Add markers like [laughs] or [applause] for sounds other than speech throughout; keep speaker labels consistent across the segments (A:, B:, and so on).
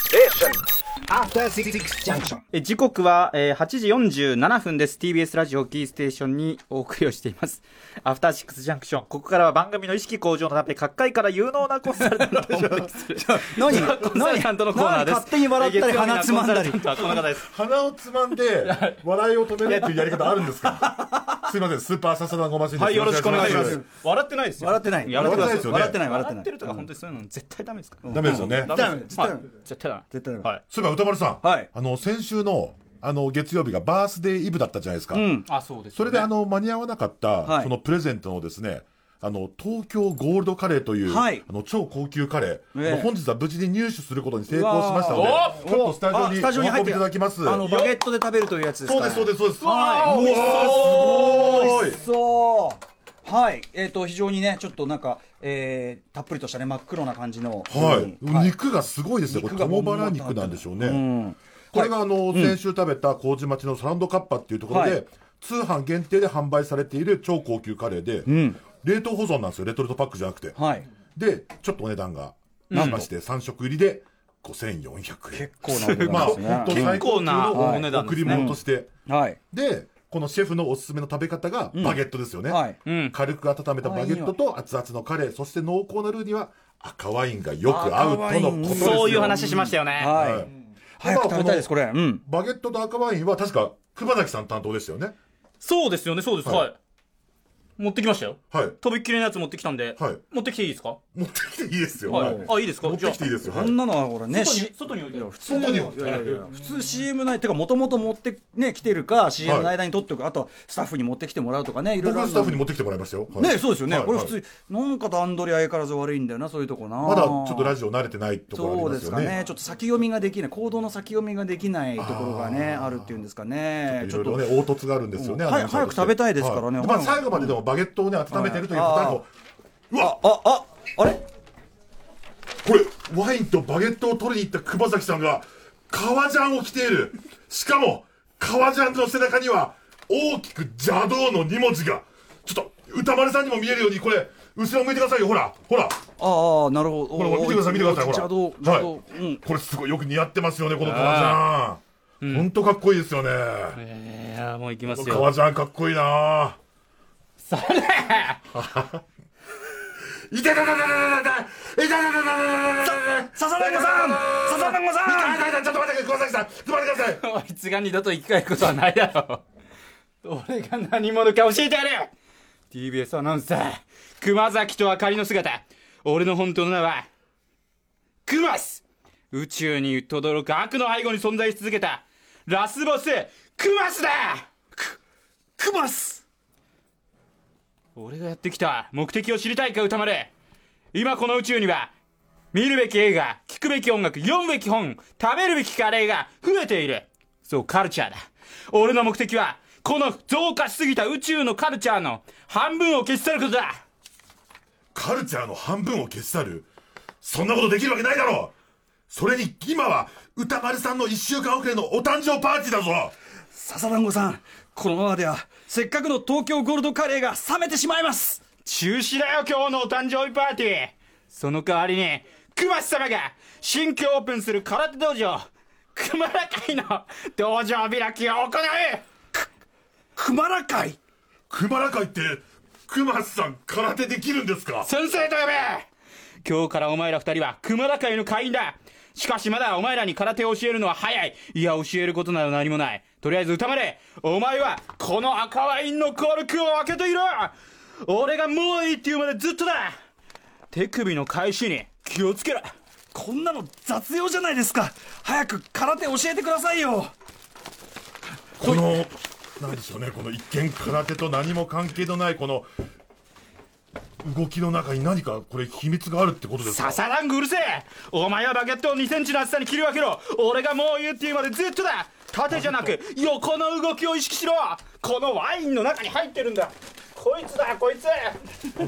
A: Station.
B: After Six Junction.
C: え時刻は、えー8時47分です。TBS ラジオキーステーションにお送りをしています。アフターシックスジャンクション。ここからは番組の意識向上のため、各界から有能なコンサルタントをお招きする。
D: 何
C: [laughs] コンサルタントのコーナーです。
D: 何勝手に笑ったり
C: え月曜日の
D: 鼻つまんだり
C: コンサルタントはこの方です。
E: 鼻をつま
D: [laughs]
E: んで、笑いを止めるっていうやり方あるんですかすいません、スーパーササダンゴマシンです。
C: はい、よろしくお願いしま
E: よろ
C: す
E: く。
C: 笑ってないですよ。
D: 笑ってない
C: や笑ってないですよね。
D: 笑ってない笑ってない
C: 笑ってるとか、本当にそういうの絶対ダメですから。
E: お願いしますダメですよね。
D: ダメ絶対ダメ
C: はい絶対ダメ。
D: 絶対ダメ
C: はい。
E: そういえば歌丸さん、
D: はい
E: あの、先週の、あの、月曜日がバースデーイブだったじゃないですか。
C: あ、そうです。
E: それで、あの、間に合わなかった、
D: はい
E: そのプレゼントのですね、あの、東京ゴールドカレーという、
D: はい
E: あの、超高級カレー、
D: ええ
E: まあ本日は無事に入手することに成功しましたので、ちょっとスタジオに
D: あスタジオに
E: お
D: 入
E: 運
D: っ
E: び
D: て
E: いただきます。
D: あのバゲットで食べるというやつです
E: そう
D: かね
E: です、そうです、そうです。
D: は
E: う
D: い美
E: わーすごい
D: 味しそうはいえっ、と非常にねちょっとなんか、えー、たっぷりとしたね真っ黒な感じの
E: はい、
D: うんはい
E: 肉がすごいですね、これ、
D: 肉が
E: 鴨バラ肉なんでしょうね。
D: うん
E: これがあの、先週食べた麹町のサランドカッパっていうところで、
D: はい
E: 通販限定で販売されている超高級カレーで、冷凍保存なんですよ、レトルトパックじゃなくて。
D: はい
E: で、ちょっとお値段がしまして、3食入りで5400円。
D: 結構なお値段
E: まあ、
D: ですね
E: 本当最高級
C: 結構なお値段ですね
E: の贈り物として。
D: はい
E: で、このシェフのおすすめの食べ方がバゲットですよね。
D: はい
C: うん。
E: 軽く温めたバゲットと熱々のカレー、そして濃厚なルーには赤ワインがよく合うとのことですよ
C: そういう話しましたよね。
D: はい、
E: はい
D: 早く食べたいですこ
E: 今
D: れうん
E: バゲットと赤ワインは確か熊崎さん担当でしたよね。
C: そうですよね、そうです。
E: はい
C: はい。持ってきましたよ。
E: はい。
C: とびっきりのやつ持ってきたんで、
E: はい
C: 持ってきていいですか
E: 持ってきていいですよ。
C: はい。あ、いいですか
E: 持ってきていい
C: じゃ
E: ですよ。
D: こ
E: はい
D: んなのはこれ
C: あ
D: ね
C: 外
D: し
C: に、外に置いてる。
E: 外にはい
D: やいや普通 CM ないてかもともと持ってね来てるか CM の間に取っておく、あとはスタッフに持ってきてもらうとかねいろい
E: 僕
D: ろあ
E: は
D: る
E: ス
D: の
E: タッフに持ってきてもらいましたよ。はい
D: ねそうですよね、
E: はい
D: これ普通なんか段取り相変わらず悪いんだよなそういうとこな
E: まだちょっとラジオ慣れてないところ
D: そ
E: あ
D: うで
E: ります
D: す
E: よ
D: か
E: ね
D: ね。ちょっと先読みができない行動の先読みができないところがねあるっていうんですかね
E: い
D: ちょ
E: ろ
D: っと
E: いろね、凹凸があるんですよね。
D: うん
E: アナウンサーとして
D: 早く早く食べたいですからね
E: はまあ
D: はい
E: 最後まででもバゲットをね、温めてるというパターンも、
D: ああああれ
E: これ、ワインとバゲットを取りに行った熊崎さんが、革ジャンを着ている。しかも、革ジャンの背中には、大きく邪道の2文字が。ちょっと、歌丸さんにも見えるように、これ、後ろ向いてくださいよ。ほら、ほら。
D: ああなるほど
E: ほら、ほら見てください、見てください、ほら。
D: 邪道
E: は
D: 邪
E: い
D: 道、うん
E: これすごいよく似合ってますよね、この革ジャン。ほんとかっこいいですよね。
C: えー、もう行きますよ。
E: 革ジャンかっこいいな
C: それ
E: 痛い痛い痛い痛い痛い痛い痛い痛い痛い痛い痛い
C: 笹団子さん笹団子さん
E: 痛い痛いちょっと待ってください、熊崎さん。ちょっと待ってくださ
C: [laughs]
E: い。
C: あいつが二度と生き返ることはないだろう。俺が何者か教えてやれよ !TBS アナウンサー、熊崎と明かりの姿、俺の本当の名は、クマス宇宙に轟く悪の背後に存在し続けた、ラスボス、クマスだく、クマス俺がやってきた目的を知りたいか歌丸今この宇宙には、見るべき映画、聞くべき音楽、読むべき本、食べるべきカレーが増えている。そう、カルチャーだ。俺の目的は、この増加しすぎた宇宙のカルチャーの半分を消し去ることだ
E: カルチャーの半分を消し去るそんなことできるわけないだろうそれに今は歌丸さんの1週間遅れのお誕生パーティーだぞ
D: 笹団子さんこのままではせっかくの東京ゴールドカレーが冷めてしまいます
C: 中止だよ、今日のお誕生日パーティーその代わりに、熊師様が新居オープンする空手道場、熊田会の道場開きを行う
D: 熊ら会
E: 熊ら会って熊さん空手できるんですか
C: 先生と呼べ今日からお前ら二人は熊田会の会員だしかしまだお前らに空手を教えるのは早いいや教えることなど何もないとりあえず歌まれお前はこの赤ワインのコルクを開けていろ俺がもういいって言うまでずっとだ手首の返しに気をつけろ
D: こんなの雑用じゃないですか早く空手教えてくださいよ
E: このなんでしょうねこの一見空手と何も関係のないこの動きの中に何かこれ秘密があるってことですか
C: 笹団子うるせえお前はバケットを2センチの厚さに切り分けろ俺がもう言うって言うまでずっとだ縦じゃなく横の動きを意識しろこのワインの中に入ってるんだこいつだこいつ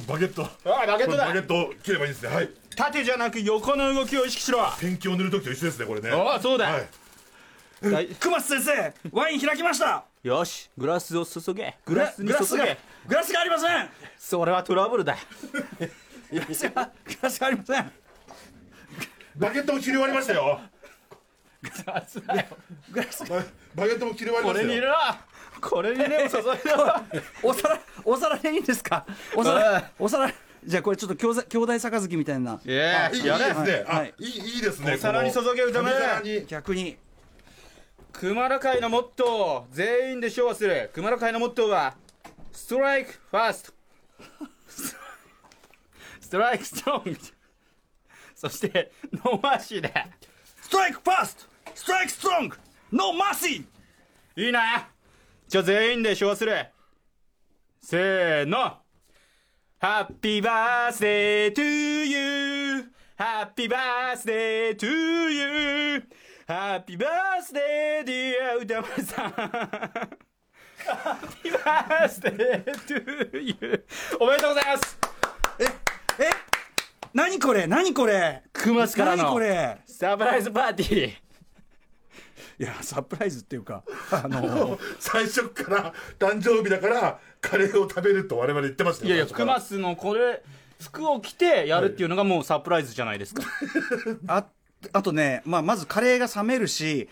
E: バゲット
C: あバゲットだ
E: これバゲット切ればいいんですねはい
C: 縦じゃなく横の動きを意識しろ
E: ペンキを塗るときと一緒ですねこれね
C: ああそうだ
E: はい
D: 熊須先生ワイン開きました
C: よしグラスを注げグ
D: グラグラスがグラスがありません
C: それはトラブルだ
D: グラスがグラスがありません
E: バゲットも切り終わりましたよ
C: 雑だよ
D: グラス
E: ババゲットも切れ割
C: こ
E: りま
C: れ
E: す
C: に入れ
E: よ
C: ろこれにねお注いだ
D: お皿お皿でいいんですかお
C: はい
D: 皿お皿じゃあこれちょっと兄弟兄弟杯みたいな
E: あ
C: え
E: いいいい
C: え
E: で
C: やれ
E: すねあ
D: はい
E: いいいいですね
C: お皿に注げ
E: る
C: 歌丸
D: 逆に
C: 熊野会のモットー全員で勝負する熊野会のモットーはストライクファー [laughs] ストストライクストロングそしてノーマーシーで
D: ストライクファーストストライクストロングノーマーシー
C: いいなじゃあ全員で勝負するせーのハッピーバースデートゥーユーハッピーバースデートゥーユーハッピーバースデーディア歌丸さんハッピーバースデートゥーユーおめでとうございます
D: ええ何これ何これ
C: 熊津からの
D: 何これ
C: サプライズパーティー
D: いやサプライズっていうかあの
E: 最初から誕生日だからカレーを食べると我々言ってましたよ
C: いやいや
E: 最初から
C: 熊須のこれ服を着てやるっていうのがもうサプライズじゃないですか
D: [laughs] ああとね、まあ、まずカレーが冷めるし、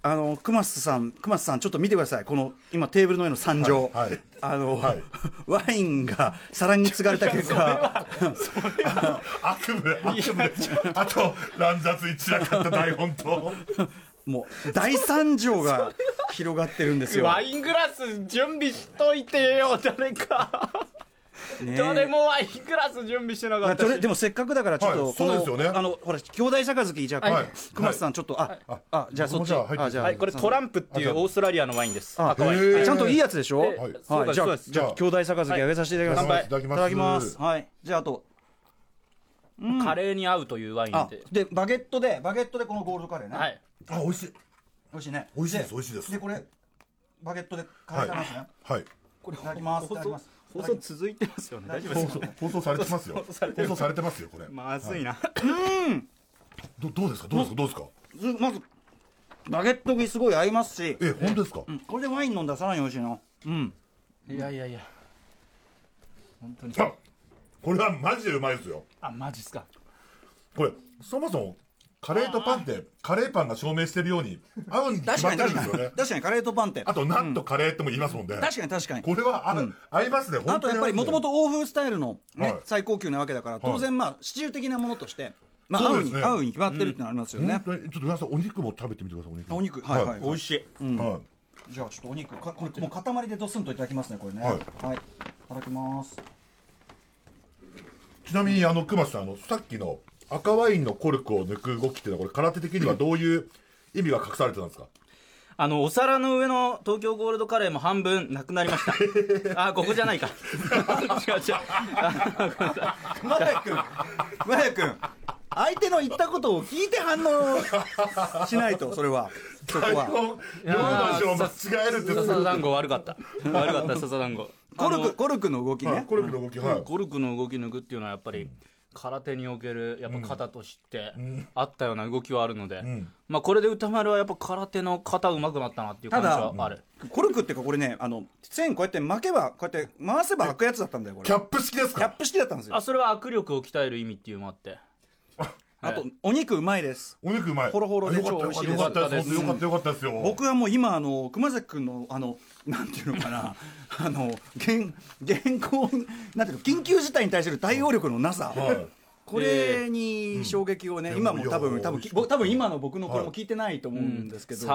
D: あの熊須さん熊須さんちょっと見てくださいこの今テーブルの上の惨状、
E: はいはい
D: あの、
E: はい
D: [laughs] ワインが皿に継がれた結果
E: 悪夢悪夢あと乱雑に散らかった台本
D: [laughs]
E: と
D: もう大惨状が広がってるんですよ、
C: ワイングラス準備しといてよ誰か、
D: ね
C: 誰もワイングラス準備してなか
D: ま
C: っ
D: あ
C: た
D: とりあえ
C: し
D: ずでもせっかくだからちょっと、
E: はい
D: この
E: そうですよね
D: あのほら兄弟杯じゃあ、
E: はい
D: 熊須さんちょっと、あ、あじゃあそっち
E: 僕もじゃあ入って
D: あじゃあ、
C: はいこれトランプっていうオーストラリアのワインです
D: あ
C: 赤ワイン
E: へー
D: ちゃんといいやつでしょ、
C: え
E: はい
C: そうです
D: じゃ
C: そう
D: あ
C: です
D: じゃあ兄弟杯あげさせていただきます、
C: はい
D: い、
E: いただきます
D: ただきますはいじゃああと
C: カレーに合うというワイン
D: あ
C: で
D: でバゲットでバゲットでこのゴールドカレーね、
C: はい
E: あ美味しい
D: 美味しいね
E: 美味しいです美味しいです
D: でこれバゲットでカレー食べますね、
E: はい
D: これいただきますい
C: 放
D: ただき
C: 送
D: ます
C: 放送続いてますよね大丈夫です
E: 放送放送されてますよ
D: [laughs]
E: 放送されてますよこれ
C: まずいな
E: どどうですかどうですかどうですか
D: ずまずバゲットにすごい合いますし
E: え本当ですか
D: これでワイン飲んだらさらに美味しいのうん
C: いやいやいや
E: あこれはマジでうまいですよ
C: あマジっすか
E: これそもそもカレーとパンってカレーパンが証明してるように合うに
D: [laughs]
E: 決
D: 確
E: [laughs] ま
D: か
E: っ
D: に
E: てる
D: 確
E: んで
D: かに
E: すよね
D: 確かにカレーとパンって
E: あとなんとカレーとも言いますもんね
D: 確かに確かに
E: これはある合いますね
D: あ
E: 本
D: と
E: 当
D: や
E: に
D: っぱりもともと欧風スタイルの、ね
E: はい
D: 最高級なわけだから当然まあシチュー的なものとして、まあ、合
E: そううで
D: に
E: すね
D: 合うに決まってるってのありますよね、
E: 本当にちょっと皆さんお肉も食べてみてくださいお肉
D: お肉はいはい、
E: は
D: 美味しい、うん
E: いはい
D: じゃあちょっとお肉かこれもう塊でドスンといただきますねこれね
E: はい
D: はい、いただきます
E: ちなみにあの熊さんあのさっきの赤ワインのコルクを抜く動きっていうのはこれ空手的にはどういう意味が隠されてたんですか
C: あのお皿の上の東京ゴールドカレーも半分なくなりました
D: [laughs]
C: あここじゃないか [laughs] 違う違うあごめんなさい
D: 熊谷君熊谷君相手の言ったことを聞いて反応しない
E: [laughs]
D: とそれはそこ
E: 両
D: は
E: 端を間違えるって
C: 笹団子悪かった悪かった笹団子
D: コル
C: あの
D: クコルクの動きね、
E: はいコルクの動きはい
C: コルクの動き抜くっていうのはやっぱり空手におけるやっぱ肩としてあったような動きはあるので、まあこれで歌丸はやっぱ空手の肩うまくなったなっていう感じはある
D: コルクっていうかこれねあの線こうやって巻けばこうやって回せば開くやつだったんだよこれ
E: キャップ式です
D: キャッ
E: か
D: プ式だったんですよ
C: あそれは握力を鍛える意味っていうのもあって
D: あと、お肉うまいです。
E: お肉うまい
D: ほろほろで
E: あよか
D: 超
E: った
D: 美味しいです
E: よかったです
C: う
E: よ
C: ん
E: かったよかったですよ
D: 僕はもう今、あの、熊崎くんの、あの、なんていうのかな、 [laughs] あの、現、現行、なんていうの、緊急事態に対する対応力のなさ。
E: はい
D: これに衝撃をね、
E: うん
D: 今も多
E: い
D: 分、
E: や
D: 多分、
E: 美味しかった
D: 僕多分今の僕のこれも聞いてないと思うんですけど。
C: さ [laughs]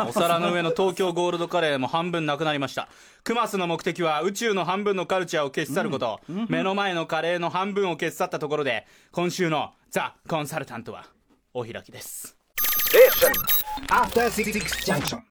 C: あお皿の上の東京ゴールドカレーも半分なくなりましたクマスの目的は宇宙の半分のカルチャーを消し去ること、目の前のカレーの半分を消し去ったところで今週のザ・コンサルタントはお開きです
B: After Six Junction.